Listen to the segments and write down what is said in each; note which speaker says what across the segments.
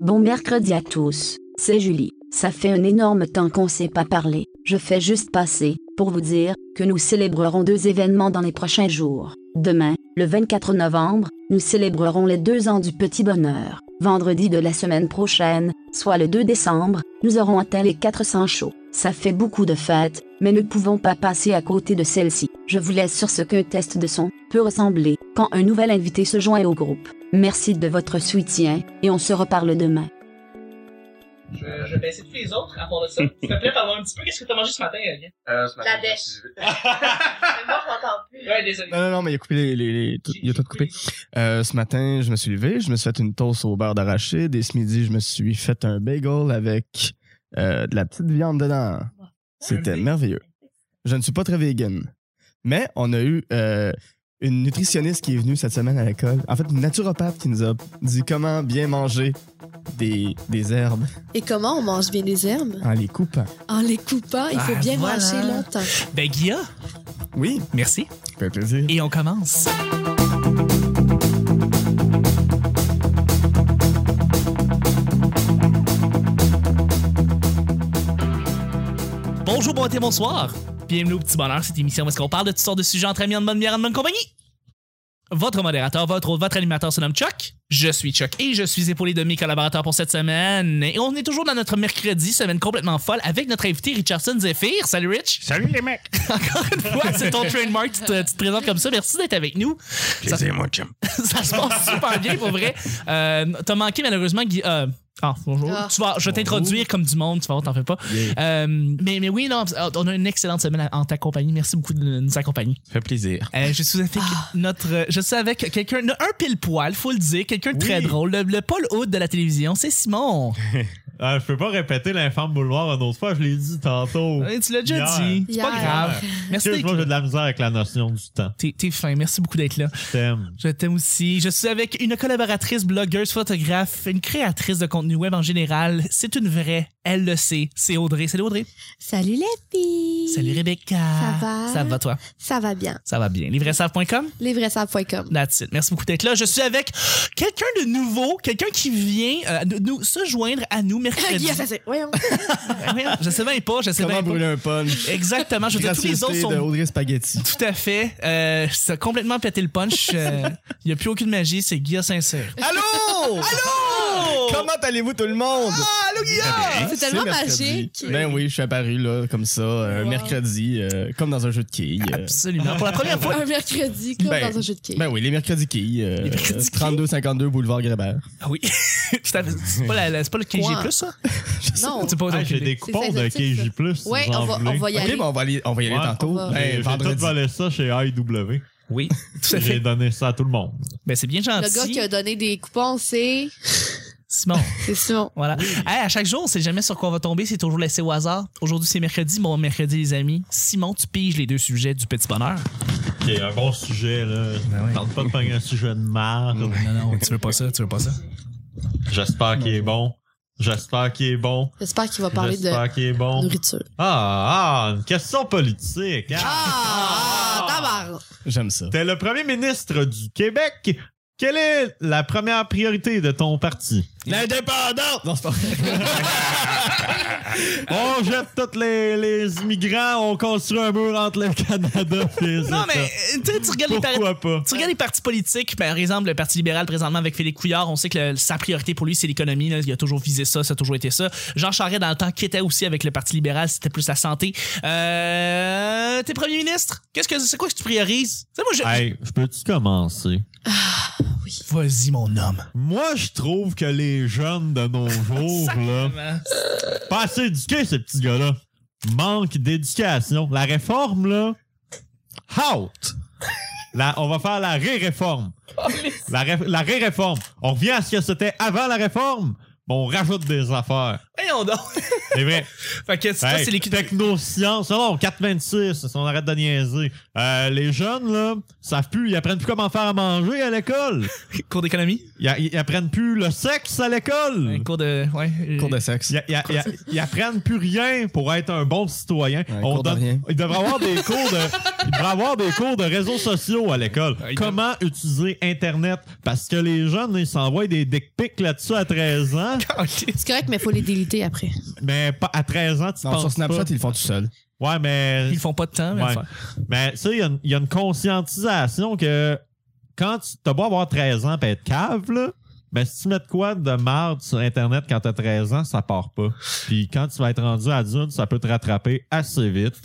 Speaker 1: Bon mercredi à tous, c'est Julie. Ça fait un énorme temps qu'on s'est pas parlé. Je fais juste passer pour vous dire que nous célébrerons deux événements dans les prochains jours. Demain, le 24 novembre, nous célébrerons les deux ans du petit bonheur. Vendredi de la semaine prochaine, soit le 2 décembre, nous aurons atteint les 400 shows. Ça fait beaucoup de fêtes, mais ne pouvons pas passer à côté de celle-ci. Je vous laisse sur ce qu'un test de son peut ressembler quand un nouvel invité se joint au groupe. Merci de votre soutien, et on se reparle demain.
Speaker 2: Je, Euh, je vais baisser tous les autres à part de ça. S'il te plaît, parle un petit peu. Qu'est-ce que t'as mangé ce matin, Elien?
Speaker 3: Euh, ce matin,
Speaker 4: La
Speaker 3: je me
Speaker 4: dèche.
Speaker 3: suis-
Speaker 4: Mais Ah, moi, je m'entends plus.
Speaker 2: Ouais, désolé.
Speaker 5: Non, non, non, mais il a coupé les, les- les- Euh, tout- il a tout coupé. Euh, ce matin, je me suis levé, je me suis fait une toast au beurre d'arachide et ce midi, je me suis fait un bagel avec euh, de la petite viande dedans. C'était merveilleux. Je ne suis pas très vegan, mais on a eu euh, une nutritionniste qui est venue cette semaine à l'école. En fait, une naturopathe qui nous a dit comment bien manger des, des herbes
Speaker 6: Et comment on mange bien les herbes?
Speaker 5: en les coupant.
Speaker 6: En les coupant, il faut
Speaker 7: Ah,
Speaker 6: bien
Speaker 7: voilà.
Speaker 6: mâcher longtemps.
Speaker 7: Ben, Guilla,
Speaker 5: Oui,
Speaker 7: merci.
Speaker 5: ça fait plaisir.
Speaker 7: Et on commence.
Speaker 8: Ah,
Speaker 7: Bonjour, bon été, bonsoir. Bienvenue au Petit Bonheur, cette émission où est-ce qu'on parle de toutes sortes de sujets entre amis, en bonne bière, en bonne compagnie. Votre modérateur, votre hôte, votre animateur se nomme Chuck. Je suis Chuck et je suis épaulé de mes collaborateurs pour cette semaine. Et on est toujours dans notre mercredi, semaine complètement folle, avec notre invité Richardson Zephyr. Salut Rich!
Speaker 9: Salut les mecs!
Speaker 7: Encore une fois, c'est ton trademark, tu te, tu te présentes comme ça. Merci d'être avec nous. Ça,
Speaker 9: C'est moi, chum.
Speaker 7: ça se passe super bien, pour vrai. Euh, T'as manqué malheureusement, Guy. euh, ah, bonjour.
Speaker 6: Ah.
Speaker 7: Tu vas, je vais t'introduire comme du monde, tu vas voir, t'en fais pas. Euh, mais, mais oui, non, on a une excellente semaine en ta compagnie. Merci beaucoup de nous accompagner.
Speaker 9: Ça fait plaisir.
Speaker 7: Euh, je suis avec notre, euh, je suis avec quelqu'un, un pile poil, faut le dire, quelqu'un de très
Speaker 5: Oui.
Speaker 7: drôle, le, le Paul Hood de la télévision, c'est Simon.
Speaker 8: Ah, je peux pas répéter l'infâme boulevard une autre fois, je l'ai dit tantôt.
Speaker 7: Euh, tu l'as déjà
Speaker 8: Hier.
Speaker 7: dit, c'est pas
Speaker 6: Hier.
Speaker 7: grave. Merci. d'être
Speaker 8: Excuse-moi,
Speaker 7: là.
Speaker 8: j'ai de la misère avec la notion du temps.
Speaker 7: T'es t'es fin, merci beaucoup d'être là.
Speaker 8: Je t'aime.
Speaker 7: Je t'aime aussi. Je suis avec une collaboratrice, blogueuse, photographe, une créatrice de contenu web en général. C'est une vraie. Elle le sait. C'est Audrey. Salut Audrey.
Speaker 6: Salut les filles!
Speaker 7: Salut Rebecca.
Speaker 6: Ça va?
Speaker 7: Ça va toi?
Speaker 6: Ça va bien.
Speaker 7: Ça va bien. Livresav.com?
Speaker 6: Lesvraissables.com.
Speaker 7: That's it. Merci beaucoup d'être là. Je suis avec quelqu'un de nouveau, quelqu'un qui vient euh, de nous, se joindre à nous mercredi. Ben
Speaker 6: Yes, yes, yes. Voyons.
Speaker 7: je sais même pas. Je sais
Speaker 5: Comment
Speaker 7: même pas.
Speaker 5: brûler un punch?
Speaker 7: Exactement. Eh ben, Je veux dire, tous les autres
Speaker 5: Gracieuseté de
Speaker 7: sont
Speaker 5: Audrey Spaghetti.
Speaker 7: Tout à fait. Euh, ça a complètement pété le punch. euh, Il n'y a plus aucune magie. C'est Guilla Sincère.
Speaker 5: Allô?
Speaker 7: Allô!
Speaker 5: Comment allez-vous tout le monde?
Speaker 7: Ah, allô, Guilla!
Speaker 6: C'est tellement
Speaker 5: mercredi.
Speaker 6: magique.
Speaker 5: Ben oui, je suis apparu là, comme ça, euh,
Speaker 6: Wow.
Speaker 5: mercredi, euh, comme dans un jeu de quilles. euh.
Speaker 7: Absolument. Pour la première fois.
Speaker 6: Un mercredi, comme
Speaker 5: Ben,
Speaker 6: dans un jeu de quilles.
Speaker 5: ben oui, les mercredis quilles. euh,
Speaker 7: Les mercredis quilles.
Speaker 5: 32-52 boulevard Grébert.
Speaker 7: Ah oui. Tout à fait. c'est pas, la- la- c'est pas le KG,
Speaker 6: Quoi?
Speaker 7: ça?
Speaker 6: non.
Speaker 7: C'est pas
Speaker 8: Ah, j'ai des
Speaker 6: C'est
Speaker 8: coupons de
Speaker 6: exotique, ça.
Speaker 8: KJ+. Plus,
Speaker 6: Ouais, on va, on va y
Speaker 5: Ok,
Speaker 6: aller.
Speaker 5: ben on va aller, on va y aller
Speaker 8: Ouais.
Speaker 5: tantôt.
Speaker 6: On va.
Speaker 5: Ben,
Speaker 8: J'ai tout
Speaker 5: vendredi.
Speaker 8: volé ça chez IW.
Speaker 7: Oui, Ah. tout à
Speaker 8: J'ai
Speaker 7: fait.
Speaker 8: donné ça à tout le monde.
Speaker 7: Ben, c'est bien gentil.
Speaker 6: Le gars qui a donné des coupons, c'est.
Speaker 7: Simon,
Speaker 6: C'est Simon.
Speaker 7: voilà. Hey, à chaque jour, on sait jamais sur quoi on va tomber. C'est toujours laissé au hasard. Aujourd'hui, c'est mercredi. Bon, mercredi, les amis. Simon, tu piges les deux sujets du petit bonheur.
Speaker 8: Ok, un bon sujet, là.
Speaker 7: Ben oui.
Speaker 8: Parle pas de pogner un sujet de merde.
Speaker 7: Non, Ben, non, tu veux pas ça. Tu veux pas ça.
Speaker 8: J'espère qu'il est bon. J'espère qu'il est bon.
Speaker 6: J'espère qu'il va parler de
Speaker 8: J'espère qu'il est bon.
Speaker 6: nourriture.
Speaker 8: Ah, ah, une question politique. hein.
Speaker 6: Ah! Tabarn!
Speaker 5: J'aime ça.
Speaker 8: T'es le premier ministre du Québec. Quelle est la première priorité de ton parti?
Speaker 5: L'indépendance! Non, c'est pas vrai.
Speaker 8: On jette tous les, les immigrants, on construit un mur entre le Canada et les
Speaker 7: Non,
Speaker 8: États.
Speaker 7: mais euh, tu sais, tu regardes les par-
Speaker 8: Pourquoi pas?
Speaker 7: Tu regardes les partis politiques, ben, par exemple le Parti libéral présentement avec Félix Couillard, on sait que le- sa priorité pour lui c'est l'économie, là. il a toujours visé ça, ça a toujours été ça. Jean Charest dans le temps qui était aussi avec le Parti libéral, c'était plus la santé. Euh, t'es premier ministre, qu'est-ce que c'est quoi que tu priorises Tu sais, moi je-
Speaker 8: Hey, je peux-tu commencer?
Speaker 7: Vas-y mon homme.
Speaker 8: Moi, je trouve que les jeunes de nos jours, là, pas assez éduqués, ces petits gars-là. Manque d'éducation. La réforme, là, out! La- on va faire la ré-réforme. La, ré- la ré-réforme. On revient à ce que c'était avant la réforme, mais on rajoute des affaires.
Speaker 7: Voyons donc.
Speaker 8: C'est vrai.
Speaker 7: Fait que ça,
Speaker 8: Hey,
Speaker 7: c'est les
Speaker 8: technosciences. Non, non, 426, on arrête de niaiser. Euh, les jeunes, là, savent plus, ils apprennent plus comment faire à manger à l'école.
Speaker 7: cours d'économie.
Speaker 8: Ils, a- ils apprennent plus le sexe à
Speaker 7: Un
Speaker 8: l'école.
Speaker 7: cours de. Ouais. euh,
Speaker 5: Cours de sexe.
Speaker 8: Ils, ils- ils- ils apprennent plus rien pour être un bon citoyen.
Speaker 5: Ouais, cours de rien.
Speaker 8: il devrait avoir des cours de, il devrait avoir des cours de réseaux sociaux à l'école.
Speaker 7: Ouais, il
Speaker 8: Comment utiliser Internet? Parce que les jeunes, ils s'envoient des dick pics là-dessus à 13 ans.
Speaker 7: caliste.
Speaker 6: C'est correct, mais faut les déliter après.
Speaker 8: Mais pas- à 13 ans, tu
Speaker 5: Non,
Speaker 8: penses
Speaker 5: sur Snapchat,
Speaker 8: pas.
Speaker 5: ils le font tout seul.
Speaker 8: Ouais, mais
Speaker 7: Ils font pas de temps, mais
Speaker 8: Ouais.
Speaker 7: enfin.
Speaker 8: Mais ça, il y a une- il y, a une conscientisation que quand tu t'as beau avoir 13 ans et être cave, là, ben si tu mets de quoi de marde sur Internet quand t'as 13 ans, ça part pas. Puis quand tu vas être rendu adulte, ça peut te rattraper assez vite.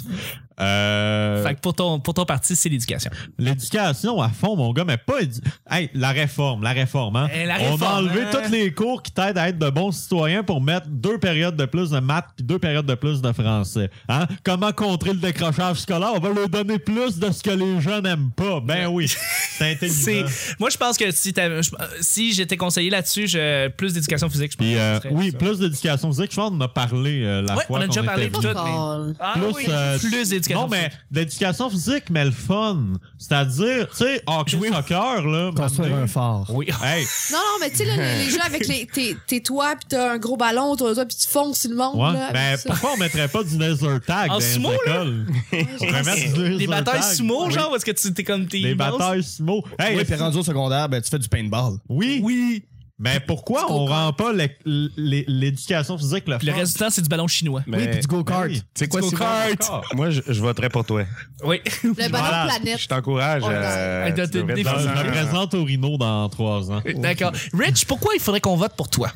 Speaker 8: Euh,
Speaker 7: Fait que pour ton, pour ton parti, c'est l'éducation.
Speaker 8: L'éducation à fond, mon gars, mais pas. édu- Hey, la réforme, la réforme, hein?
Speaker 7: Eh, la
Speaker 8: On a
Speaker 7: réforme,
Speaker 8: enlevé
Speaker 7: hein?
Speaker 8: tous les cours qui t'aident à être de bons citoyens pour mettre deux périodes de plus de maths puis deux périodes de plus de français. Hein? Comment contrer le décrochage scolaire? On va leur donner plus de ce que les gens n'aiment pas. Ben oui, c'est
Speaker 7: C'est,
Speaker 8: intelligent.
Speaker 7: moi, je pense que si, t'avais- je- euh, si j'étais conseiller là-dessus, je, plus d'éducation physique, je pense.
Speaker 8: Puis,
Speaker 7: que
Speaker 8: euh,
Speaker 7: ce serait
Speaker 8: oui,
Speaker 7: ça.
Speaker 8: plus d'éducation physique. Je pense qu'on en a parlé euh, la
Speaker 7: Ouais,
Speaker 8: fois
Speaker 7: on a déjà
Speaker 8: qu'on
Speaker 7: parlé
Speaker 8: était
Speaker 7: de
Speaker 8: venu.
Speaker 7: tout, mais-
Speaker 6: Paul.
Speaker 7: Ah
Speaker 8: Plus,
Speaker 7: oui,
Speaker 8: euh,
Speaker 7: plus d'éducation
Speaker 8: Non, mais
Speaker 7: physique.
Speaker 8: l'éducation physique, mais le fun. C'est-à-dire, tu sais, hockey, soccer, là.
Speaker 5: Construire
Speaker 8: maintenant-
Speaker 5: un phare.
Speaker 7: Oui.
Speaker 8: Hey,
Speaker 6: Non, non, mais tu sais, là, les, les jeux avec les. T'es, t'es toi, pis t'as un gros ballon autour de toi, pis tu fonces sur le monde.
Speaker 8: Ouais,
Speaker 6: là,
Speaker 8: ben
Speaker 6: avec ça.
Speaker 8: pourquoi on mettrait pas du laser tag
Speaker 7: En
Speaker 8: dans les
Speaker 7: sumo, là?
Speaker 8: écoles? On pourrait mettre du
Speaker 7: Des
Speaker 8: laser
Speaker 7: batailles
Speaker 8: tag.
Speaker 7: sumo,
Speaker 8: Oui.
Speaker 7: genre, parce que tu t'es comme t'es
Speaker 8: Des
Speaker 7: immense?
Speaker 8: batailles sumo. Hey,
Speaker 5: oui,
Speaker 8: le-
Speaker 5: puis rendu au secondaire, ben, tu fais du paintball.
Speaker 8: oui,
Speaker 7: Oui.
Speaker 8: mais pourquoi
Speaker 6: Du
Speaker 8: on
Speaker 6: go-kart.
Speaker 8: rend pas l'é- l'é- l'éducation physique le
Speaker 7: Puis le
Speaker 8: fun?
Speaker 7: reste du temps, c'est du ballon chinois.
Speaker 5: Oui, puis du go-kart.
Speaker 8: Ben oui.
Speaker 3: C'est quoi,
Speaker 7: Go
Speaker 3: Simon?
Speaker 7: kart.
Speaker 3: Moi, je, je voterai pour toi.
Speaker 7: Oui.
Speaker 6: Le ballon
Speaker 8: Voilà.
Speaker 6: planète.
Speaker 3: Je t'encourage.
Speaker 6: On
Speaker 3: euh,
Speaker 7: le-
Speaker 3: tu
Speaker 7: Elle doit
Speaker 3: devrais
Speaker 7: te
Speaker 3: te
Speaker 8: Non,
Speaker 3: lancer
Speaker 8: Ben, je
Speaker 3: un-
Speaker 8: me présente au Rhino dans trois ans.
Speaker 7: D'accord. Rich, pourquoi il faudrait qu'on vote pour toi?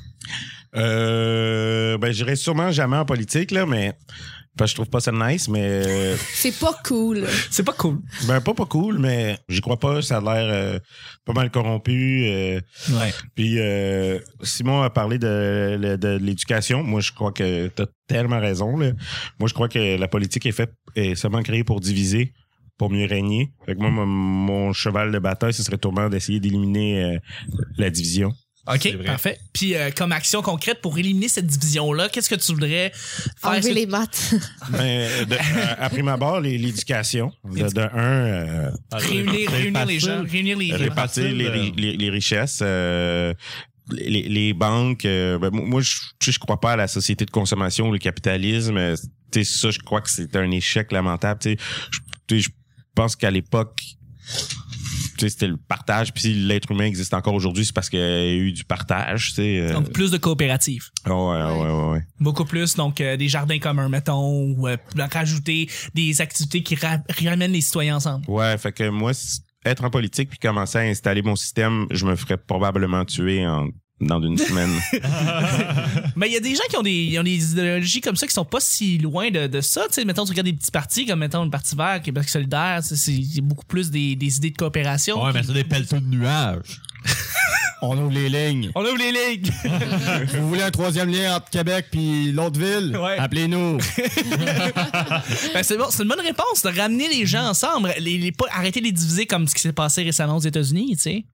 Speaker 3: Euh, ben, j'irai sûrement jamais en politique, là, mais. parce que je trouve pas ça nice, mais. euh,
Speaker 6: C'est pas cool.
Speaker 7: C'est pas cool.
Speaker 3: Ben, pas pas cool, mais j'y crois pas. Ça a l'air euh, pas mal corrompu. euh,
Speaker 7: Ouais.
Speaker 3: Puis euh, Simon a parlé de, de- de l'éducation. Moi, je crois que t'as tellement raison. là. Moi, je crois que la politique est faite est seulement créée pour diviser, pour mieux régner. Fait que moi, mon, mon cheval de bataille, ce serait tourment d'essayer d'éliminer euh, la division.
Speaker 8: C'est
Speaker 7: OK,
Speaker 8: vrai.
Speaker 7: parfait. Puis euh, comme action concrète pour éliminer cette division-là, qu'est-ce que tu voudrais faire?
Speaker 6: Enlever
Speaker 7: C'est-
Speaker 6: les maths.
Speaker 3: Mais euh, de- euh, à prime abord, les- l'éducation. De, de un, euh,
Speaker 7: Réunir,
Speaker 8: C'est
Speaker 7: réunir les
Speaker 8: facile.
Speaker 7: gens. Réunir les gens.
Speaker 3: répartir
Speaker 8: facile,
Speaker 3: les,
Speaker 8: euh,
Speaker 3: les- les richesses. euh, les, les banques, euh, ben, moi, je, tu sais, je crois pas à la société de consommation ou le capitalisme. euh, tu sais, ça, je crois que c'est un échec lamentable. tu sais. Je- tu sais, je pense qu'à l'époque, tu sais, c'était le partage. Puis si l'être humain existe encore aujourd'hui, c'est parce qu'il y a eu du partage. tu sais, euh.
Speaker 7: Donc, plus de coopératives.
Speaker 3: Ouais, ouais, ouais, ouais.
Speaker 7: Beaucoup plus, donc euh, des jardins communs, mettons, ou euh, rajouter des activités qui ra- ramènent les citoyens ensemble.
Speaker 3: Ouais, fait que moi, s- être en politique puis commencer à installer mon système, je me ferais probablement tuer en, dans une semaine.
Speaker 7: Mais il y a des gens qui ont des, ils ont des idéologies comme ça qui sont pas si loin de, de ça. Tu sais, mettons, tu regardes des petits partis comme, mettons, le Parti vert, Québec solidaire, tu sais, c'est c'est beaucoup plus des, des idées de coopération.
Speaker 8: Ouais, mais c'est des pelleteux de nuages.
Speaker 5: On ouvre les lignes.
Speaker 7: On ouvre les ligues!
Speaker 5: Vous voulez un troisième lien entre Québec puis l'autre ville?
Speaker 7: Ouais.
Speaker 5: Appelez-nous.
Speaker 7: Ben, c'est bon, c'est une bonne réponse de ramener les gens ensemble, les, les, pas, arrêter de les diviser comme ce qui s'est passé récemment aux États-Unis, tu sais.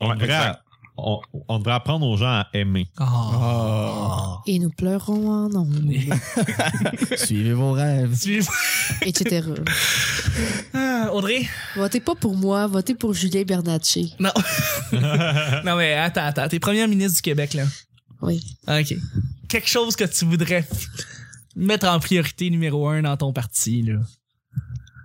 Speaker 8: On,
Speaker 3: Ouais,
Speaker 8: devrait,
Speaker 3: exact.
Speaker 8: on, on devrait apprendre aux gens à aimer.
Speaker 7: Oh.
Speaker 6: Et nous pleurons en nombre,
Speaker 5: Suivez vos rêves.
Speaker 6: etc.
Speaker 7: Ah, Audrey?
Speaker 6: Votez pas pour moi, votez pour Julien Bernatchez.
Speaker 7: Non. non, mais attends, attends. T'es première ministre du Québec, là.
Speaker 6: Oui.
Speaker 7: Ah, OK. Quelque chose que tu voudrais mettre en priorité numéro un dans ton parti, là.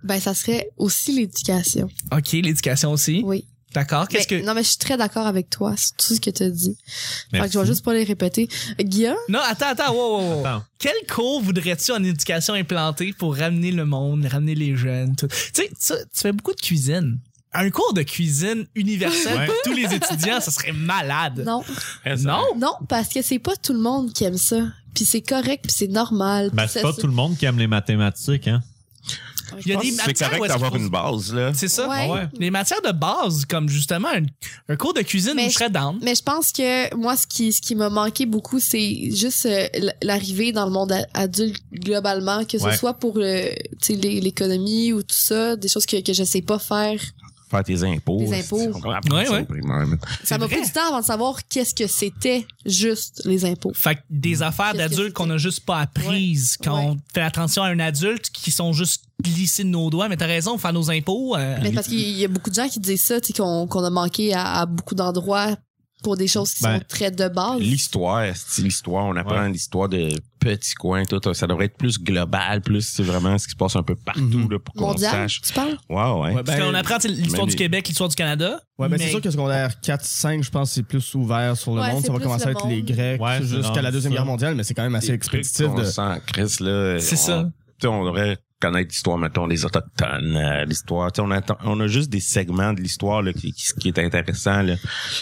Speaker 6: Ben, ça serait aussi l'éducation.
Speaker 7: OK, l'éducation aussi.
Speaker 6: Oui.
Speaker 7: D'accord. Qu'est-ce
Speaker 6: Mais-
Speaker 7: que.
Speaker 6: Non, mais je suis très d'accord avec toi sur tout ce que tu as dit. Fait que
Speaker 8: Merci.
Speaker 6: je vais juste pas les répéter. Guillaume,
Speaker 7: Non, attends, attends, wow, wow, wow.
Speaker 8: Attends.
Speaker 7: Quel cours voudrais-tu en éducation implanter pour ramener le monde, ramener les jeunes, tout? Tu sais, tu, tu fais beaucoup de cuisine. Un cours de cuisine universel
Speaker 8: Ouais.
Speaker 7: pour tous les étudiants, ça serait malade.
Speaker 6: non.
Speaker 7: Non?
Speaker 6: Non, parce que c'est pas tout le monde qui aime ça. Puis c'est correct, puis c'est normal.
Speaker 8: Ben,
Speaker 6: puis
Speaker 8: c'est
Speaker 6: ça-
Speaker 8: pas tout le monde qui aime les mathématiques, hein?
Speaker 7: Il y a des
Speaker 3: c'est
Speaker 7: matières où
Speaker 3: correct
Speaker 7: est-ce qu'il
Speaker 3: d'avoir
Speaker 7: faut-
Speaker 3: une base, là.
Speaker 7: C'est ça? Ah
Speaker 6: Ouais.
Speaker 8: Ouais.
Speaker 7: Les matières de base, comme justement un, un cours de cuisine,
Speaker 6: Mais
Speaker 7: je serais down.
Speaker 6: Mais je pense que moi, ce qui, ce qui m'a manqué beaucoup, c'est juste euh, l- l'arrivée dans le monde a- adulte globalement, que ce
Speaker 8: Ouais.
Speaker 6: soit pour euh, tu sais, l'é- l'économie ou tout ça, des choses que, que je sais pas faire
Speaker 3: faire tes impôts.
Speaker 6: Tes impôts.
Speaker 3: c'est- on comprend après
Speaker 7: Ouais,
Speaker 3: ça au
Speaker 7: ouais.
Speaker 3: primaire, mais-
Speaker 6: Ça m'a
Speaker 7: vrai.
Speaker 6: pris du temps avant de savoir qu'est-ce que c'était juste les impôts.
Speaker 7: Fait que des affaires
Speaker 6: Qu'est-ce que
Speaker 7: d'adultes
Speaker 6: c'est?
Speaker 7: qu'on a juste pas apprises quand
Speaker 6: Ouais.
Speaker 7: on fait attention à un adulte qui sont juste glissés de nos doigts. Mais t'as raison, faire nos impôts. euh,
Speaker 6: Mais parce qu'il y a beaucoup de gens qui disent ça, tu sais, qu'on qu'on a manqué à, à beaucoup d'endroits pour des choses qui
Speaker 8: Ben,
Speaker 6: sont très de base.
Speaker 3: L'histoire, c'est l'histoire. On apprend l'histoire de petits coins, tout. Ça devrait être plus global, plus c'est vraiment ce qui se passe un peu partout
Speaker 5: Mhm.
Speaker 3: là, pour qu'on
Speaker 6: Mondial,
Speaker 3: sache.
Speaker 6: tu parles?
Speaker 3: Wow, ouais.
Speaker 5: Ouais, ben,
Speaker 7: parce qu'on apprend tu sais, l'histoire
Speaker 3: mais
Speaker 7: du
Speaker 3: les-
Speaker 7: Québec, l'histoire du Canada.
Speaker 5: Ouais, ben, c'est
Speaker 7: mais-
Speaker 5: sûr que secondaire 4, 5, je pense, c'est plus ouvert sur le
Speaker 6: Ouais,
Speaker 5: monde.
Speaker 6: c'est
Speaker 5: Ça va
Speaker 6: plus
Speaker 5: commencer à
Speaker 6: le
Speaker 5: être les
Speaker 6: monde.
Speaker 5: Grecs
Speaker 8: Ouais, c'est
Speaker 5: jusqu'à la
Speaker 8: dans
Speaker 5: Deuxième
Speaker 8: ça.
Speaker 5: Guerre mondiale, mais c'est quand même assez expéditif.
Speaker 3: On
Speaker 5: De...
Speaker 3: sent, Chris, là.
Speaker 7: C'est
Speaker 3: on-
Speaker 7: ça.
Speaker 3: tu sais, on devrait connaître l'histoire, mettons, des Autochtones, euh, l'histoire. tu sais, On, attend- on a juste des segments de l'histoire là, qui, qui, qui est intéressant. Là.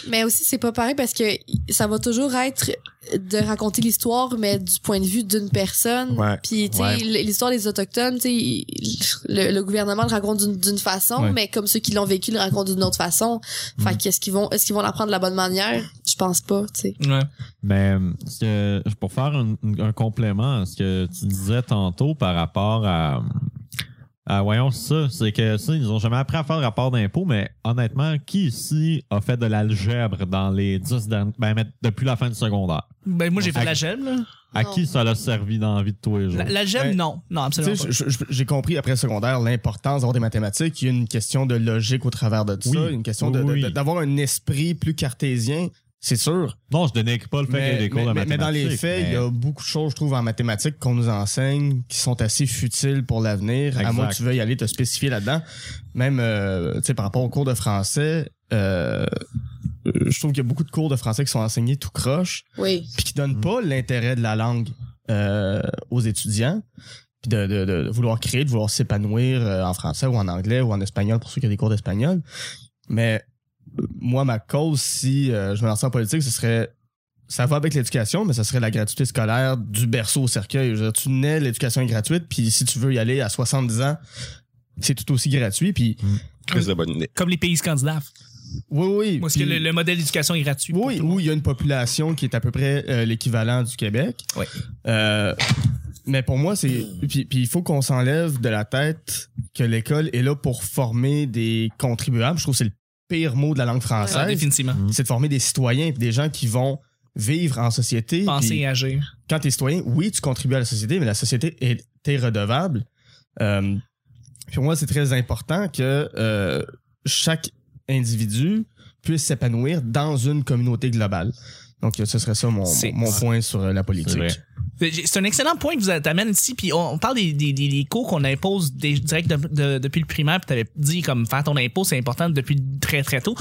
Speaker 6: Mais aussi, c'est pas pareil parce que ça va toujours être de raconter l'histoire, mais du point de vue d'une personne.
Speaker 3: Ouais.
Speaker 6: Puis, tu sais,
Speaker 3: Ouais.
Speaker 6: l- l'histoire des Autochtones, tu sais, il- le, le gouvernement le raconte d'une- d'une façon,
Speaker 5: Ouais.
Speaker 6: mais comme ceux qui l'ont vécu le racontent d'une autre façon. Fait qu'est-ce qu'ils vont, est-ce qu'ils vont l'apprendre de la bonne manière? Je pense pas, tu sais.
Speaker 7: Ouais.
Speaker 8: Mais euh, ce que- pour faire un, un complément à ce que tu disais tantôt par rapport à. à voyons, c'est ça, c'est que ça, ils n'ont jamais appris à faire de rapport d'impôt, mais honnêtement, qui ici a fait de l'algèbre dans les 10 dernières. Ben, mais depuis la fin du secondaire?
Speaker 7: Ben, moi, j'ai fait
Speaker 5: Ah,
Speaker 7: de la
Speaker 8: Fait
Speaker 7: gemme,
Speaker 8: que-
Speaker 7: là.
Speaker 8: À
Speaker 6: Non.
Speaker 8: qui ça l'a servi dans la vie de tous les jours?
Speaker 7: La, la gemme,
Speaker 5: Ouais.
Speaker 7: non. Non,
Speaker 5: Tu
Speaker 7: absolument
Speaker 5: sais,
Speaker 7: pas.
Speaker 5: je- je- J'ai compris après le secondaire l'importance d'avoir des mathématiques. Il y a une question de logique au travers de
Speaker 8: Oui.
Speaker 5: ça, une question de- de-
Speaker 8: Oui.
Speaker 5: de- d'avoir un esprit plus cartésien, c'est sûr.
Speaker 8: Non, je dénigre pas le fait qu'il y ait des cours de
Speaker 5: mais- mais
Speaker 8: mathématiques.
Speaker 5: dans les faits,
Speaker 8: mais-
Speaker 5: il y a beaucoup de choses, je trouve, en mathématiques qu'on nous enseigne qui sont assez futiles pour l'avenir, à
Speaker 8: Exact.
Speaker 5: moins que tu veuilles aller te spécifier là-dedans. Même euh, tu sais, par rapport aux cours de français, euh, euh, je trouve qu'il y a beaucoup de cours de français qui sont enseignés tout croche
Speaker 6: Oui.
Speaker 5: puis qui donnent pas l'intérêt de la langue euh, aux étudiants, puis de, de- de- de vouloir créer, de vouloir s'épanouir euh, en français ou en anglais ou en espagnol pour ceux qui ont des cours d'espagnol. Mais euh, moi, ma cause, si euh, je me lançais en politique, ce serait. Ça va avec l'éducation, mais ce serait la gratuité scolaire du berceau au cercueil. Je veux dire, tu nais, l'éducation est gratuite, puis si tu veux y aller à 70 ans, c'est tout aussi gratuit. Puis
Speaker 3: Chris, la bonne idée.
Speaker 7: Comme les pays scandinaves.
Speaker 5: oui, oui.
Speaker 7: Parce que
Speaker 5: puis-
Speaker 7: le, le modèle d'éducation est gratuit.
Speaker 5: oui, oui, où il y a une population qui est à peu près euh, l'équivalent du Québec.
Speaker 7: Oui.
Speaker 5: Euh, mais pour moi, c'est. Puis puis il faut qu'on s'enlève de la tête que l'école est là pour former des contribuables. Je trouve que c'est le pire mot de la langue
Speaker 7: Ah,
Speaker 5: française.
Speaker 7: définitivement.
Speaker 5: c'est de former des citoyens, puis des gens qui vont vivre en société.
Speaker 7: Penser
Speaker 5: Puis
Speaker 7: et agir.
Speaker 5: Quand t'es citoyen, oui, tu contribues à la société, mais la société est t'es redevable. Euh, puis pour moi, c'est très important que euh, chaque individu puisse s'épanouir dans une communauté globale. Donc, ce serait ça mon,
Speaker 7: C'est-
Speaker 5: mon point sur euh, la
Speaker 8: C'est vrai.
Speaker 5: politique.
Speaker 7: C'est un excellent point que vous amène ici. Puis on on parle des, des, des- des cours qu'on impose des- direct de- de- depuis le primaire. Puis t'avais dit comme faire ton impôt, c'est important depuis très très tôt.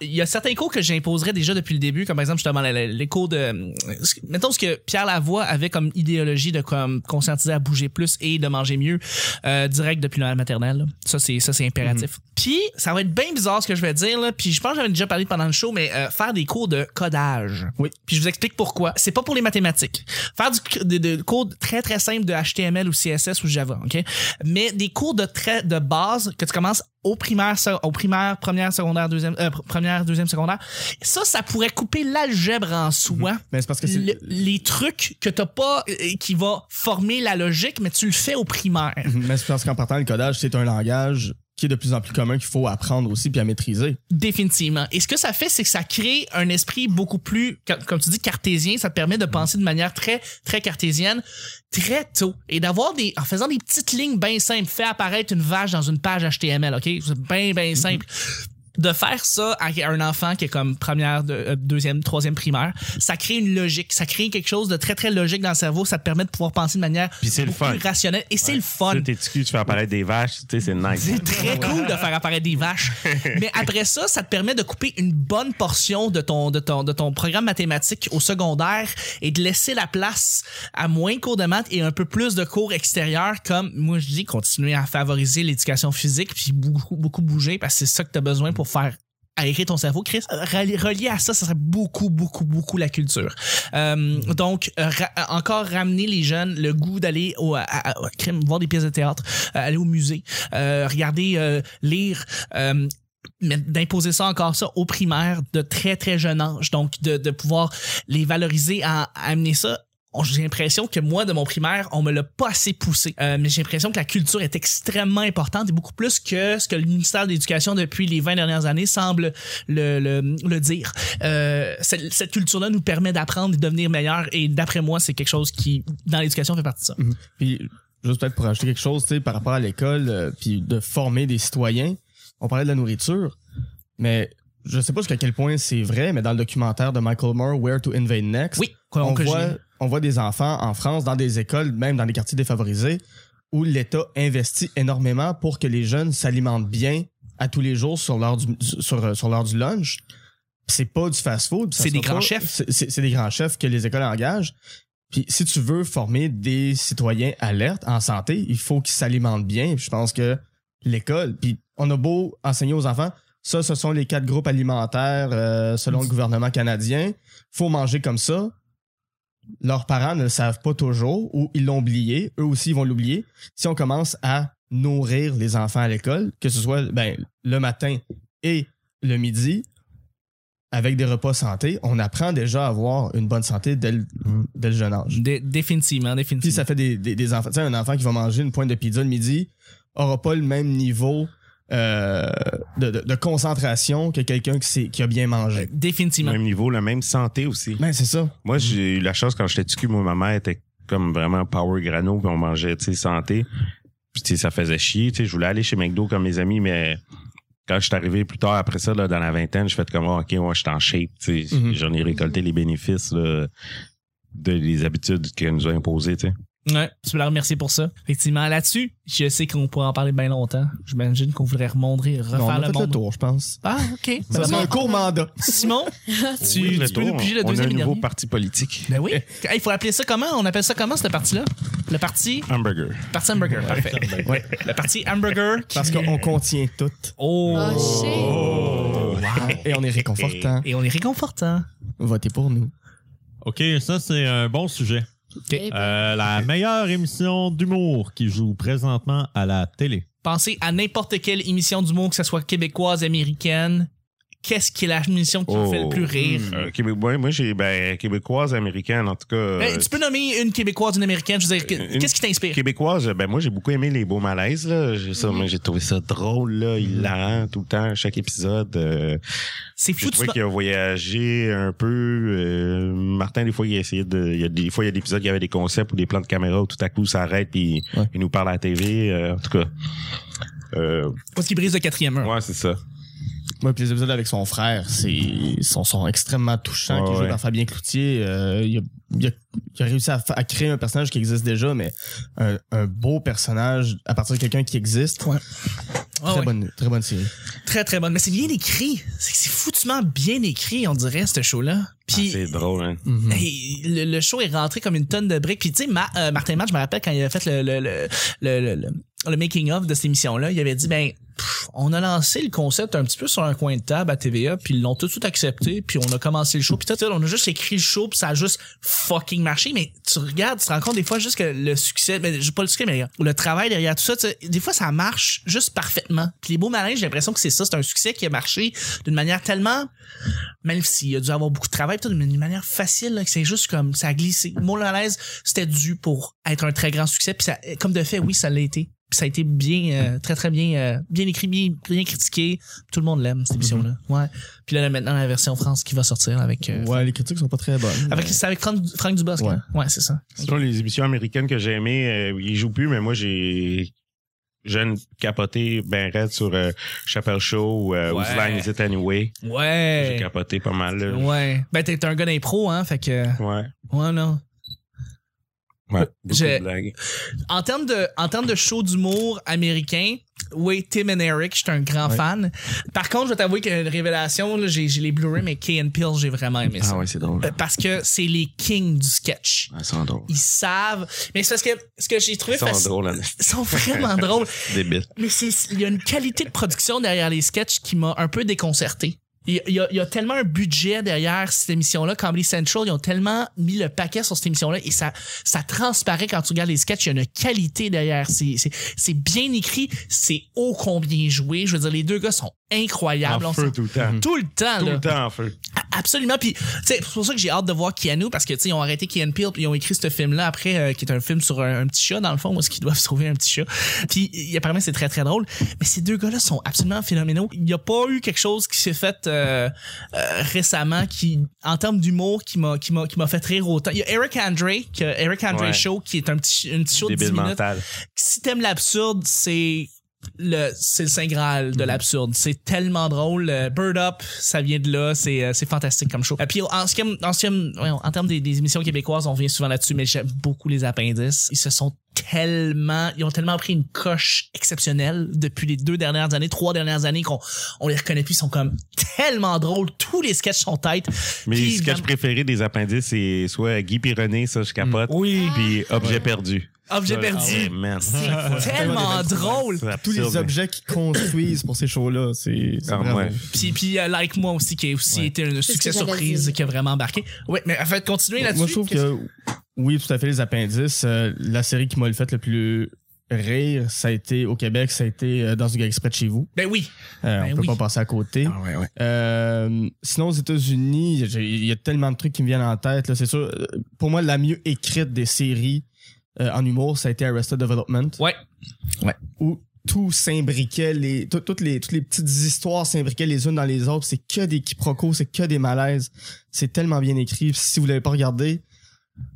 Speaker 7: Il y a certains cours que j'imposerais déjà depuis le début, comme par exemple justement la- la- les cours de. euh, ce- Mettons ce que Pierre Lavoie avait comme idéologie de comme conscientiser à bouger plus et de manger mieux euh, direct depuis la maternelle. là. Ça c'est ça c'est
Speaker 5: Mhm.
Speaker 7: impératif. Puis ça va être bien bizarre ce que je vais dire là. Puis je pense que j'avais déjà parlé pendant le show, mais euh, faire des cours de codage.
Speaker 5: Oui.
Speaker 7: Puis je vous explique pourquoi. C'est pas pour les mathématiques. Faire du des- des cours très très simples de HTML ou CSS ou Java, ok. Mais des cours de trait de base que tu commences au primaire, se- au primaire, première, secondaire, deuxième, euh, pr- première, deuxième, secondaire. Ça, ça pourrait couper l'algèbre en soi.
Speaker 5: Mais c'est parce que Mhm. c'est.
Speaker 7: Le- les trucs que t'as pas euh, qui va former la logique mais tu le fais au primaire
Speaker 5: Mais c'est parce qu'en partant, le codage, c'est un langage qui est de plus en plus commun qu'il faut apprendre aussi puis à maîtriser.
Speaker 7: Définitivement. Et ce que ça fait, c'est que ça crée un esprit beaucoup plus, ca- comme tu dis, cartésien. Ça te permet de penser de manière très, très cartésienne, très tôt. Et d'avoir des, en faisant des petites lignes bien simples, fait apparaître une vache dans une page HTML, OK? C'est bien,
Speaker 3: Mm-hmm.
Speaker 7: bien simple. De faire ça à un enfant qui est comme première, de- euh, deuxième, troisième primaire, ça crée une logique. Ça crée quelque chose de très, très logique dans le cerveau. Ça te permet de pouvoir penser de manière
Speaker 3: Puis c'est le
Speaker 7: beaucoup
Speaker 3: fun.
Speaker 7: plus rationnelle. Et c'est le fun.
Speaker 3: Tu sais, T'es cul, tu fais apparaître des vaches, tu sais, c'est nice.
Speaker 7: C'est très cool de faire apparaître des vaches. Mais après ça, ça te permet de couper une bonne portion de ton, de ton, de ton programme mathématique au secondaire et de laisser la place à moins de cours de maths et un peu plus de cours extérieurs comme, moi je dis, continuer à favoriser l'éducation physique puis beaucoup, beaucoup bouger parce que c'est ça que tu as besoin pour faire aérer ton cerveau, Chris, rali- relié à ça, ça serait beaucoup, beaucoup, beaucoup la culture. Euh, donc, euh, ra- encore ramener les jeunes le goût d'aller au, à- à- à- crime, voir des pièces de théâtre, euh, aller au musée, euh, regarder, euh, lire. euh, mais d'imposer ça encore ça aux primaires de très très jeune âge donc de, de pouvoir les valoriser à, à amener ça on- on- j'ai l'impression que moi, de mon primaire, on me l'a pas assez poussé. Euh, mais j'ai l'impression que la culture est extrêmement importante et beaucoup plus que ce que le ministère de l'Éducation, depuis les 20 dernières années, semble le, le- le dire. Euh, cette, cette culture-là nous permet d'apprendre et de devenir meilleur. Et d'après moi, c'est quelque chose qui, dans l'éducation, fait partie de ça.
Speaker 5: Puis, juste peut-être pour ajouter quelque chose, tu sais, par rapport à l'école, euh, puis de former des citoyens, on parlait de la nourriture, mais je sais pas jusqu'à quel point c'est vrai, mais dans le documentaire de Michael Moore, Where to Invade Next,
Speaker 7: Oui,
Speaker 5: on,
Speaker 7: que
Speaker 5: voit,
Speaker 7: j'ai-
Speaker 5: on voit des enfants en France, dans des écoles, même dans les quartiers défavorisés, où l'État investit énormément pour que les jeunes s'alimentent bien à tous les jours sur l'heure du, sur, euh, sur l'heure du lunch. Puis C'est pas du fast-food. puis ça
Speaker 7: C'est
Speaker 5: se
Speaker 7: des
Speaker 5: fait
Speaker 7: grands
Speaker 5: pas-
Speaker 7: chefs.
Speaker 5: c'est- C'est c'est des grands chefs que les écoles engagent. Puis si tu veux former des citoyens alertes en santé, il faut qu'ils s'alimentent bien. Puis Je pense que l'école, puis on a beau enseigner aux enfants, ça, ce sont les quatre groupes alimentaires euh, selon le gouvernement canadien. Faut manger comme ça. Leurs parents ne le savent pas toujours ou ils l'ont oublié. Eux aussi, ils vont l'oublier. Si on commence à nourrir les enfants à l'école, que ce soit ben, le matin et le midi, avec des repas santé, on apprend déjà à avoir une bonne santé dès le, dès le jeune âge.
Speaker 7: Dé- définitivement,
Speaker 5: Puis
Speaker 7: définitivement.
Speaker 5: ça fait des, des, des enfants. Tu sais, un enfant qui va manger une pointe de pizza le midi aura pas le même niveau euh, de, de- de concentration que quelqu'un qui, s'est- qui a bien mangé.
Speaker 7: Définitivement.
Speaker 3: Même niveau, la même santé aussi.
Speaker 5: Ben, c'est ça.
Speaker 3: Moi, j'ai eu la chance quand j'étais petit, moi, ma mère était comme vraiment power grano, puis on mangeait, tu sais, santé. Puis, tu sais, ça faisait chier, tu sais, je voulais aller chez McDo comme mes amis, mais quand je suis arrivé plus tard après ça, là, dans la vingtaine, je fais comme, Ah, OK, ouais, je suis en shape, tu sais,
Speaker 5: Mhm.
Speaker 3: j'en ai récolté les bénéfices, là, de les habitudes qu'elle nous a imposées, tu sais.
Speaker 7: Ouais, tu peux la remercier pour ça. Effectivement, là-dessus, je sais qu'on pourrait en parler bien longtemps. J'imagine qu'on voudrait remonter, refaire
Speaker 5: Non, on a
Speaker 7: le
Speaker 5: fait
Speaker 7: monde.
Speaker 5: le tour, je pense.
Speaker 7: Ah, OK.
Speaker 5: Ça
Speaker 7: Simon,
Speaker 5: sera un court mandat.
Speaker 7: Simon, Ah, tu,
Speaker 3: Oui, le
Speaker 7: tu peux
Speaker 3: tour,
Speaker 7: nous piger le
Speaker 3: on a un
Speaker 7: deuxième et
Speaker 3: nouveau
Speaker 7: dernier.
Speaker 3: parti politique.
Speaker 7: Ben oui. Il faut appeler ça comment? On appelle ça comment, cette partie-là? Le parti...
Speaker 3: Hamburger.
Speaker 7: Parti hamburger, parfait.
Speaker 5: Ouais.
Speaker 7: Le parti hamburger qui...
Speaker 5: Parce qu'on contient tout.
Speaker 7: Oh!
Speaker 6: Oh, shit.
Speaker 5: Et on est réconfortant.
Speaker 7: Et on est réconfortant.
Speaker 5: Votez pour nous.
Speaker 8: OK, ça, c'est un bon sujet.
Speaker 6: Eh ben,
Speaker 8: Euh, la meilleure émission d'humour qui joue présentement à la télé.
Speaker 7: Pensez à n'importe quelle émission du monde, que ce soit québécoise, américaine. Qu'est-ce qui est la émission qui vous fait le
Speaker 3: Oh.
Speaker 7: plus rire?
Speaker 3: Euh, Québécois, moi, j'ai, ben, québécoise, américaine, en tout cas.
Speaker 7: Ben,
Speaker 3: euh,
Speaker 7: tu peux nommer une québécoise, une américaine. Je veux dire, que-
Speaker 3: Une-
Speaker 7: qu'est-ce qui t'inspire?
Speaker 3: québécoise, ben moi j'ai beaucoup aimé les beaux malaises là, j'ai ça, moi, j'ai trouvé ça drôle là, hilarant tout le temps, chaque épisode. euh,
Speaker 7: C'est
Speaker 3: j'ai
Speaker 7: fou. tu
Speaker 3: trouvé qu'il a voyagé un peu. euh, Martin des fois il a essayé de, il y a des fois il y a des épisodes qui avaient des concepts ou des plans de caméra où tout à coup ça arrête puis
Speaker 5: Ouais.
Speaker 3: il nous parle à la TV. euh, en tout cas, euh,
Speaker 7: Parce qu'il brise le quatrième mur.
Speaker 3: ouais c'est ça.
Speaker 5: Moi, puis les épisodes avec son frère, c'est ils sont, sont extrêmement touchants.
Speaker 3: Ouais,
Speaker 5: qui joue
Speaker 3: ouais.
Speaker 5: par Fabien Cloutier, euh, il, a, il a- il a réussi à, fa- à créer un personnage qui existe déjà, mais un, un beau personnage à partir de quelqu'un qui existe.
Speaker 7: Ah
Speaker 5: Très
Speaker 7: ouais.
Speaker 5: bonne, très bonne série.
Speaker 7: très, très bonne. Mais c'est bien écrit. C'est c'est foutument bien écrit, on dirait, ce show-là.
Speaker 3: Ah,
Speaker 7: Puis,
Speaker 3: c'est drôle hein.
Speaker 5: Mm-hmm.
Speaker 7: hey, le, le show est rentré comme une tonne de briques. Puis, tu sais, Ma- euh, Martin Matt, je me rappelle quand il a fait le, le, le, le- le- le- le making-of de cette émission-là, il avait dit, ben, pff, on a lancé le concept un petit peu sur un coin de table à TVA, puis ils l'ont tout de suite accepté, puis on a commencé le show, puis tout, de suite, on a juste écrit le show, puis ça a juste fucking marché. Mais tu regardes, tu te rends compte des fois juste que le succès, ben, je- pas le succès, mais le travail derrière tout ça, tu sais, des fois, ça marche juste parfaitement. Puis les beaux malins, j'ai l'impression que c'est ça, c'est un succès qui a marché d'une manière tellement même s'il a dû avoir beaucoup de travail, peut-être d'une manière facile, là, que c'est juste comme ça a glissé. Moule à l'aise, c'était dû pour être un très grand succès. Puis ça, comme de fait, oui, ça l'a été. Puis ça a été bien, euh, très très bien, euh, bien écrit, bien, bien critiqué. Tout le monde l'aime cette émission-là. Ouais. Puis là, là, maintenant la version France qui va sortir avec euh,
Speaker 5: Ouais, les critiques sont pas très bonnes.
Speaker 7: avec c'est avec Franck, Franck Dubosc.
Speaker 5: Ouais.
Speaker 7: hein? Ouais, c'est ça.
Speaker 3: Sinon, les émissions américaines que j'ai aimées, euh, ils jouent plus, mais moi, j'ai jeune capoté ben raide sur euh, Chappelle Show ou euh,
Speaker 7: Ouais.
Speaker 3: Whose Line Is It Anyway. J'ai
Speaker 7: Ouais.
Speaker 3: capoté pas mal. Là.
Speaker 7: Ouais. Ben t'es t'es un gars d'impro, hein, fait que
Speaker 3: Ouais.
Speaker 7: ouais non.
Speaker 3: Ouais.
Speaker 7: J'ai-
Speaker 3: Beaucoup de blagues.
Speaker 7: En termes de, en termes de show d'humour américain, oui, Tim and Eric, je suis un grand fan. Par contre, je vais t'avouer que Révélation, là, j'ai j'ai les Blu-ray, mais Key and Peele, j'ai vraiment aimé ça.
Speaker 3: Ah ouais, c'est drôle.
Speaker 7: Euh, Parce que c'est les kings du sketch.
Speaker 3: Ah, ils sont drôles.
Speaker 7: Ils savent. Mais c'est parce que ce que j'ai trouvé
Speaker 3: Ils sont
Speaker 7: faci-
Speaker 3: drôles, hein.
Speaker 7: Ils sont vraiment drôles.
Speaker 3: Des bits.
Speaker 7: Mais c'est- il y a une qualité de production derrière les sketchs qui m'a un peu déconcerté. Il y, a- il y a, il y a tellement un budget derrière cette émission-là. Comedy Central, ils ont tellement mis le paquet sur cette émission-là et ça, ça transparaît quand tu regardes les sketchs. Il y a une qualité derrière. C'est c'est- c'est bien écrit. C'est ô combien joué. Je veux dire, les deux gars sont incroyables.
Speaker 3: En
Speaker 7: On
Speaker 3: feu
Speaker 7: sent-
Speaker 3: tout le temps.
Speaker 7: tout le temps,
Speaker 3: Tout
Speaker 7: Mhm. là.
Speaker 3: le temps en feu.
Speaker 7: absolument. Puis, tu sais, c'est pour ça que j'ai hâte de voir Keanu parce que, tu sais, ils ont arrêté Keanu Peele puis ils ont écrit ce film-là après, euh, qui est un film sur un, un petit chat, dans le fond, où est-ce qu'ils doivent sauver un petit chat. Puis, il- apparemment, c'est très, très drôle. Mais ces deux gars-là sont absolument phénoménaux. Il n'y a pas eu quelque chose qui s'est fait euh, euh, récemment qui, en termes d'humour, qui m'a, qui m'a, qui m'a fait rire autant. Il y a Eric Andre, que Eric Andre
Speaker 3: Ouais.
Speaker 7: Show, qui est un petit, une petite show de 10
Speaker 3: Débile
Speaker 7: minutes
Speaker 3: mental.
Speaker 7: si t'aimes l'absurde, c'est le c'est le saint graal
Speaker 3: Mhm.
Speaker 7: de l'absurde. C'est tellement drôle. Euh, Bird Up, ça vient de là. C'est euh, c'est fantastique comme show. Et puis en ce qui en, ce qui- voyons, en termes des, des émissions québécoises, on revient souvent là-dessus, mais j'aime beaucoup les appendices. Ils se sont tellement, ils ont tellement pris une coche exceptionnelle depuis les deux dernières années, trois dernières années qu'on on les reconnaît plus. Ils sont comme tellement drôles. Tous les sketchs sont têtes.
Speaker 3: Mes
Speaker 7: Puis,
Speaker 3: sketchs préférés des appendices, c'est soit Guy puis René, ça, je capote.
Speaker 7: Oui.
Speaker 3: Puis Objet perdu.
Speaker 7: Objet
Speaker 3: Ça,
Speaker 7: perdu.
Speaker 3: ouais, man.
Speaker 7: C'est tellement drôle.
Speaker 3: C'est
Speaker 5: Tous les
Speaker 3: absurde.
Speaker 5: objets qu'ils construisent pour ces shows-là, c'est. c'est
Speaker 3: Ah,
Speaker 5: vraiment-
Speaker 3: ouais.
Speaker 7: Puis, puis euh, Like Moi aussi, qui a aussi été un succès
Speaker 6: que j'avais
Speaker 7: surprise
Speaker 6: dit.
Speaker 7: qui a vraiment embarqué. Oui, mais en fait, continuez là-dessus.
Speaker 5: Moi, je trouve que, oui, tout à fait, les appendices, euh, la série qui m'a le fait le plus rire, ça a été au Québec, ça a été euh, dans une galaxie près de chez vous.
Speaker 7: Ben oui.
Speaker 5: Euh,
Speaker 7: Ben
Speaker 5: on peut
Speaker 7: oui. Ah
Speaker 5: pas passer à côté. Euh, sinon, aux États-Unis, j'ai- il y a tellement de trucs qui me viennent en tête. là, C'est sûr, Euh, pour moi, la mieux écrite des séries euh, en humour, ça a été Arrested Development.
Speaker 7: Ouais.
Speaker 5: Ouais. Où tout s'imbriquait, les, tout- toutes, les, toutes les petites histoires s'imbriquaient les unes dans les autres. C'est que des quiproquos, c'est que des malaises. C'est tellement bien écrit. Si vous l'avez pas regardé,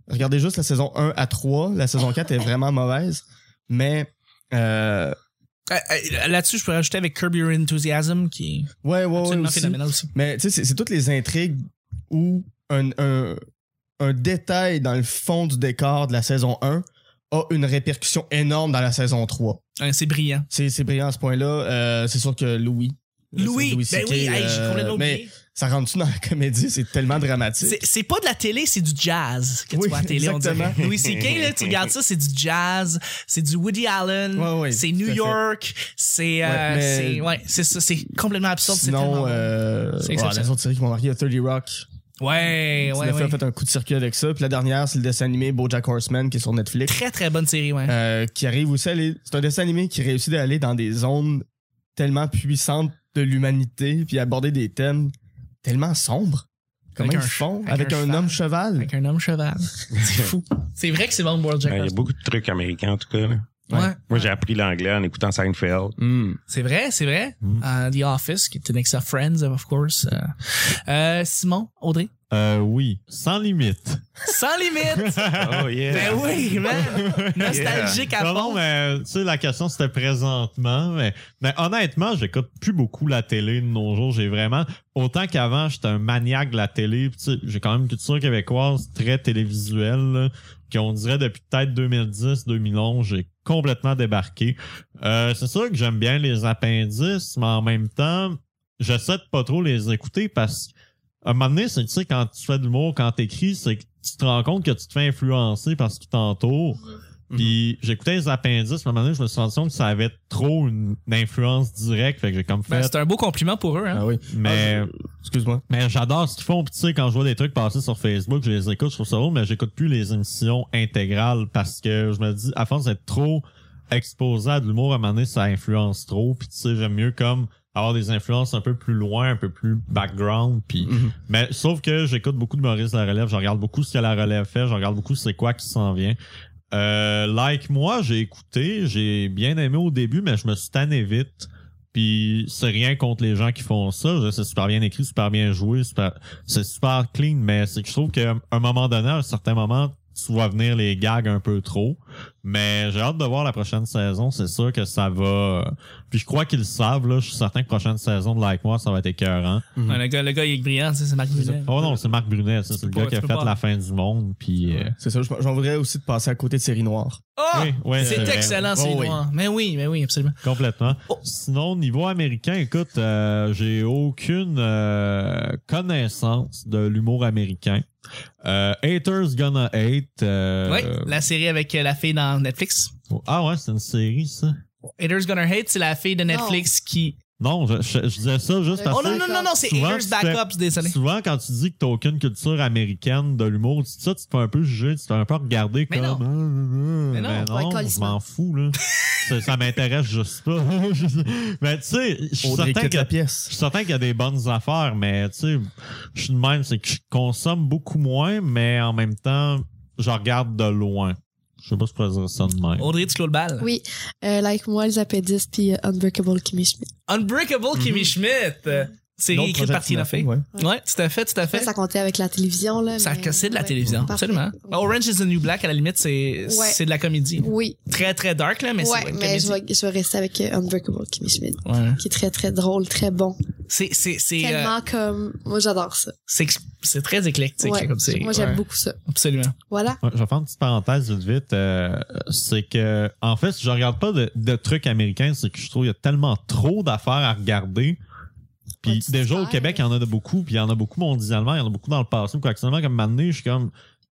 Speaker 5: regardez juste la saison 1 à 3. La saison 4 est vraiment mauvaise. Mais, euh,
Speaker 7: Euh, euh, là-dessus, je peux rajouter avec Curb Your Enthusiasm, qui est
Speaker 5: ouais, ouais, ouais.
Speaker 7: absolument
Speaker 5: aussi.
Speaker 7: phénoménal aussi.
Speaker 5: Mais tu sais, c'est- c'est toutes les intrigues où un, un, un détail dans le fond du décor de la saison 1 a une répercussion énorme dans la saison 3.
Speaker 7: Hein, c'est brillant.
Speaker 5: C'est c'est brillant à ce point-là. Euh, c'est sûr que Louis. euh,
Speaker 7: Louis,
Speaker 5: c'est
Speaker 7: ben
Speaker 5: CK,
Speaker 7: oui, hey, j'ai
Speaker 5: euh,
Speaker 7: complètement
Speaker 5: Mais
Speaker 7: oublié.
Speaker 5: ça rentre-tu dans la comédie? C'est tellement dramatique.
Speaker 7: C'est, c'est pas de la télé, c'est du jazz que tu
Speaker 5: Oui,
Speaker 7: vois à la télé, on dirait.
Speaker 5: exactement.
Speaker 7: Louis C.K., là, tu regardes ça, c'est du jazz, c'est du Woody Allen,
Speaker 5: Ouais, ouais,
Speaker 7: c'est
Speaker 5: tout
Speaker 7: New
Speaker 5: à fait.
Speaker 7: York, c'est... euh,
Speaker 5: Ouais, mais-
Speaker 7: c'est, ouais, c'est ça, c'est complètement absurde. c'est
Speaker 5: Sinon,
Speaker 7: tellement-
Speaker 5: euh,
Speaker 7: C'est
Speaker 5: ouais,
Speaker 7: exceptionnel.
Speaker 5: les autres séries qui m'ont marqué, il y a 30 Rock.
Speaker 7: ouais,
Speaker 5: qui
Speaker 7: ouais,
Speaker 5: a fait,
Speaker 7: ouais.
Speaker 5: fait un coup de circuit avec ça. Puis la dernière, c'est le dessin animé BoJack Horseman qui est sur Netflix.
Speaker 7: Très, très bonne série, ouais.
Speaker 5: euh, qui arrive aussi à aller. C'est un dessin animé qui réussit d'aller dans des zones tellement puissantes de l'humanité, puis aborder des thèmes tellement sombres. Comment
Speaker 7: Avec
Speaker 5: ils
Speaker 7: un
Speaker 5: font
Speaker 7: ch- avec
Speaker 5: avec,
Speaker 7: un
Speaker 5: un,
Speaker 7: cheval.
Speaker 5: homme cheval?
Speaker 7: Avec un homme cheval. C'est fou. C'est vrai que c'est bon, World
Speaker 3: Ouais, Ben, Il y a beaucoup de trucs américains, en tout cas. là.
Speaker 5: Ben,
Speaker 7: Ouais.
Speaker 3: Moi, j'ai appris l'anglais en écoutant Seinfeld.
Speaker 5: Hmm.
Speaker 7: C'est vrai, c'est vrai.
Speaker 8: Mm.
Speaker 7: Euh, The Office, qui est une excellente Friends, of course. Euh, euh, Simon, Audrey.
Speaker 8: Euh, oui. Sans limite.
Speaker 7: Sans limite!
Speaker 3: Oh, yeah.
Speaker 7: ben oui, man! Nostalgique à
Speaker 8: Non, non,
Speaker 7: fond.
Speaker 8: mais tu sais, la question c'était présentement, mais, mais honnêtement, j'écoute plus beaucoup la télé de nos jours. J'ai vraiment, autant qu'avant, j'étais un maniaque de la télé. puis tu sais, J'ai quand même une culture québécoise très télévisuelle, là, qui on dirait depuis peut-être 2010, 2011, j'ai complètement débarqué. Euh, c'est sûr que j'aime bien les appendices, mais en même temps, j'essaie de pas trop les écouter parce que à un moment donné, c'est, tu sais, quand tu fais de l'humour, quand t'écris, c'est que tu te rends compte que tu te fais influencer par ce qui t'entoure. Puis j'écoutais les appendices, à un moment donné, je me suis rendu compte que ça avait trop une, une influence directe. Fait que j'ai comme fait.
Speaker 7: Ben, c'est un beau compliment pour eux, hein.
Speaker 5: Ah oui.
Speaker 8: mais
Speaker 5: Ah, Excuse-moi.
Speaker 8: mais j'adore ce qu'ils font. Puis tu sais, quand je vois des trucs passer sur Facebook, je les écoute, je trouve ça drôle, mais j'écoute plus les émissions intégrales parce que je me dis, à force d'être trop exposé à de l'humour, à un moment donné, ça influence trop. Puis tu sais, j'aime mieux comme avoir des influences un peu plus loin, un peu plus background. Puis
Speaker 5: Mhm.
Speaker 8: mais sauf que j'écoute beaucoup de Maurice La Relève, je regarde beaucoup ce que La Relève fait, je regarde beaucoup c'est quoi qui s'en vient. Euh, like moi, j'ai écouté, j'ai bien aimé au début, mais je me suis tanné vite. Puis c'est rien contre les gens qui font ça, Je- c'est super bien écrit, super bien joué, super- c'est super clean, mais c'est que je trouve qu'à un moment donné, à un certain moment, tu vois venir les gags un peu trop. Mais j'ai hâte de voir la prochaine saison, c'est sûr que ça va... Puis je crois qu'ils le savent, là, je suis certain que prochaine saison de Like Moi, ça va être écœurant.
Speaker 7: Ouais, le, gars, le gars, il est brillant, ça, c'est Marc Villeneuve.
Speaker 8: Oh non, c'est Marc Brunet, ça, c'est le
Speaker 7: peux
Speaker 8: gars
Speaker 7: pas-
Speaker 8: qui a
Speaker 7: tu
Speaker 8: fait
Speaker 7: peux pas.
Speaker 8: la fin du monde. Puis, euh,
Speaker 5: C'est ça, je- j'en voudrais aussi de passer à côté de séries noires.
Speaker 7: Ah!
Speaker 8: Oui, Euh, oui,
Speaker 7: c'est
Speaker 8: c'est vrai.
Speaker 7: excellent,
Speaker 5: Oh
Speaker 7: c'est
Speaker 5: oui.
Speaker 7: noir. Mais oui, mais oui, absolument.
Speaker 8: complètement.
Speaker 7: Oh.
Speaker 8: Sinon, niveau américain, écoute, euh, j'ai aucune euh, connaissance de l'humour américain. Euh, haters gonna hate. euh,
Speaker 7: oui, la série avec euh, la fille dans Netflix.
Speaker 8: Ah ouais, c'est une série ça.
Speaker 7: Haters Gonna Hate, c'est la fille de Netflix qui
Speaker 8: Non, je, je- je disais ça juste parce
Speaker 7: Oh
Speaker 8: que.
Speaker 7: non, non, non, non, c'est
Speaker 8: Souvent,
Speaker 7: Haters
Speaker 8: tu
Speaker 7: Back
Speaker 8: fais-
Speaker 7: Up, désolé.
Speaker 8: Souvent, quand tu dis que t'as aucune culture américaine de l'humour, tu, ça, tu te fais un peu juger, tu te fais un peu regarder
Speaker 7: Mais
Speaker 8: comme.
Speaker 7: non.
Speaker 8: Ah, ah, ah,
Speaker 7: Mais non,
Speaker 8: mais non, je
Speaker 6: calissement.
Speaker 8: m'en fous, là. ça ça m'intéresse juste pas. mais tu sais, je suis
Speaker 5: Audrey
Speaker 8: certain
Speaker 5: quitte
Speaker 8: que.
Speaker 5: la
Speaker 8: Je
Speaker 5: pièce.
Speaker 8: suis certain qu'il y a des bonnes affaires, mais tu sais, je suis de même, c'est que je consomme beaucoup moins, mais en même temps, je regarde de loin. Je sais pas si je pourrais dire ça de même.
Speaker 7: Audrey, tu clôt le bal.
Speaker 6: Oui. Euh, like moi, les apédistes, puis euh, Unbreakable Kimmy Schmidt.
Speaker 7: Unbreakable Kimmy Schmidt. euh, Série écrite par Tina Fey.
Speaker 5: Ouais.
Speaker 7: Ouais, tout à fait, tout à fait.
Speaker 6: Ça comptait avec la télévision, là.
Speaker 7: Ça
Speaker 6: mais-
Speaker 7: c'est de la
Speaker 6: ouais.
Speaker 7: télévision,
Speaker 6: Parfait.
Speaker 7: absolument. Orange is the New Black, à la limite, c'est
Speaker 6: Ouais.
Speaker 7: c'est de la comédie.
Speaker 6: Oui,
Speaker 7: Très, très dark, là, mais c'est
Speaker 6: ouais,
Speaker 7: une
Speaker 6: mais je
Speaker 7: comédie.
Speaker 6: vais, je vais rester avec euh, Unbreakable Kimmy Schmidt,
Speaker 7: Ouais.
Speaker 6: qui est très, très drôle, très bon.
Speaker 7: C'est- C'est c'est, euh,
Speaker 6: Tellement comme... Moi, j'adore ça.
Speaker 7: c'est ex- c'est très éclectique,
Speaker 6: Ouais.
Speaker 7: comme c'est.
Speaker 6: Moi, j'aime
Speaker 7: ouais.
Speaker 6: beaucoup ça.
Speaker 7: Absolument.
Speaker 6: Voilà.
Speaker 8: Ouais, je vais faire une petite parenthèse vite vite. Euh, c'est que, en fait, je regarde pas de, de trucs américains, c'est que je trouve qu'il y a tellement trop d'affaires à regarder.
Speaker 6: Ouais,
Speaker 8: Puis
Speaker 6: tu
Speaker 8: déjà, au
Speaker 6: distraies.
Speaker 8: Québec, il y en a de beaucoup, puis il y en a beaucoup mondialement, il y en a beaucoup dans le passé. Puis actuellement, comme maintenant, je suis comme,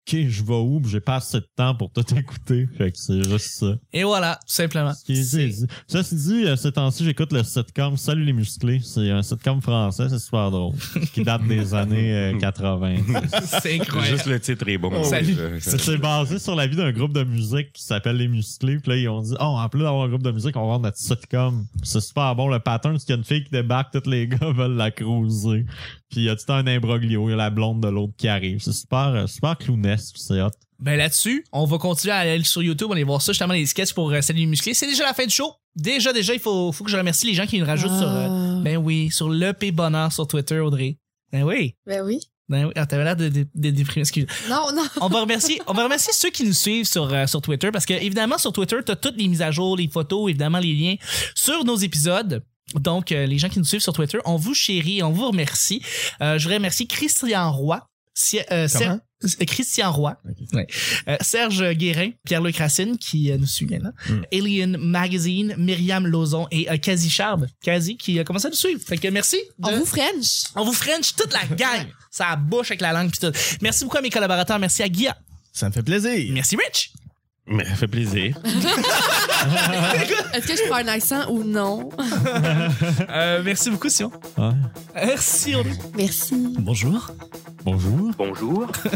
Speaker 8: OK, je vais où, puis j'ai pas assez de temps pour tout écouter. Fait que c'est juste ça.
Speaker 7: Et voilà, tout simplement.
Speaker 8: Ce qui est-
Speaker 7: C'est-
Speaker 8: c'est- Ça, c'est dit, euh, ce temps-ci, j'écoute le sitcom Salut les musclés. C'est un sitcom français, c'est super drôle, qui date des années euh, 80.
Speaker 7: C'est incroyable.
Speaker 3: Juste le titre est bon.
Speaker 7: Oh, salut.
Speaker 3: Euh,
Speaker 8: C'est c'est basé sur la vie d'un groupe de musique qui s'appelle Les Musclés. Puis là, ils ont dit, oh, en plus d'avoir un groupe de musique, on va avoir notre sitcom. Puis C'est super bon. Le pattern, c'est qu'il y a une fille qui débarque, tous les gars veulent la cruiser. Puis il y a tout le temps un imbroglio. Il y a la blonde de l'autre qui arrive. C'est super, euh, super clownesque. C'est hot.
Speaker 7: Ben là-dessus, on va continuer à aller sur YouTube, aller voir ça, justement, les sketchs pour euh, Salut les musclés. C'est déjà la fin du show. Déjà, déjà, il faut, faut que je remercie les gens qui nous rajoutent sur. euh,
Speaker 6: Ah,
Speaker 7: ben oui, sur le P Bonheur sur Twitter, Audrey. Ben oui.
Speaker 6: Ben oui.
Speaker 7: Ben oui. Ah, t'avais l'air de, de, de déprimer, excuse.
Speaker 6: Non, non.
Speaker 7: On va remercier, on va remercier ceux qui nous suivent sur, euh, sur Twitter parce que, évidemment, sur Twitter, t'as toutes les mises à jour, les photos, évidemment, les liens sur nos épisodes. Donc, euh, les gens qui nous suivent sur Twitter, on vous chérit, on vous remercie. Euh, je voudrais remercier Christian Roy. Si- euh,
Speaker 5: Comment?
Speaker 7: Ser- Christian Roy, Ouais. Euh, Serge Guérin, Pierre-Luc Racine qui euh, nous suit maintenant, Alien Magazine, Myriam Lozon et euh, Kazi Charb, Kazi qui a commencé à nous suivre. Fait que merci. de-
Speaker 6: On vous French.
Speaker 7: on vous French toute la gang. Ça bouche avec la langue pis tout. Merci beaucoup à mes collaborateurs. Merci à Guilla.
Speaker 5: Ça me fait plaisir.
Speaker 7: Merci Rich.
Speaker 3: Mais ça fait plaisir.
Speaker 6: Est-ce que je prends un accent ou non?
Speaker 7: Euh, merci beaucoup Sion. Euh,
Speaker 8: Ouais.
Speaker 7: Merci Audrey.
Speaker 6: Merci.
Speaker 7: Bonjour.
Speaker 8: Bonjour.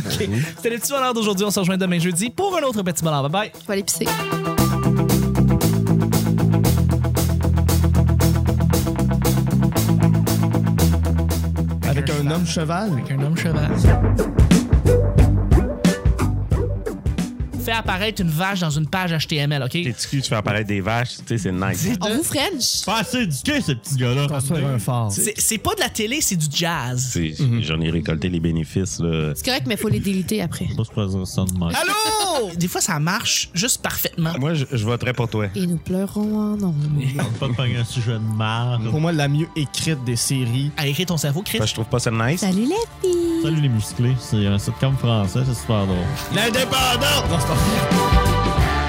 Speaker 7: C'était le petit bonheur d'aujourd'hui. On se rejoint demain jeudi pour un autre petit bonheur. Bye bye.
Speaker 6: Je vais aller pisser.
Speaker 5: Avec un homme cheval.
Speaker 7: Un homme cheval. Fais apparaître une vache dans une page HTML, OK?
Speaker 3: Tes petits culs, tu fais apparaître des vaches, tu sais, c'est nice.
Speaker 6: On vous French.
Speaker 8: Pas assez éduqué, ce petit gars-là.
Speaker 5: Construire un phare.
Speaker 7: C'est c'est pas de la télé, c'est Mhm. du jazz.
Speaker 3: C'est- J'en ai récolté les bénéfices, là.
Speaker 6: C'est correct, mais faut les déliter après.
Speaker 8: Je sais pas si je pourrais dire ça de même.
Speaker 7: Allô? Des fois, ça marche juste parfaitement.
Speaker 3: Moi, je, je voterais pour toi.
Speaker 6: Et nous pleurons en ondes.
Speaker 8: On parle pas de faire un sujet de merde.
Speaker 5: Pour moi, la mieux écrite des séries.
Speaker 7: À écrire ton cerveau, Chris.
Speaker 3: Parce que je trouve pas ça nice.
Speaker 4: Salut les filles!
Speaker 8: Salut les musclés. C'est un sitcom français. C'est super drôle.
Speaker 5: L'indépendante! Non, c'est pas vrai.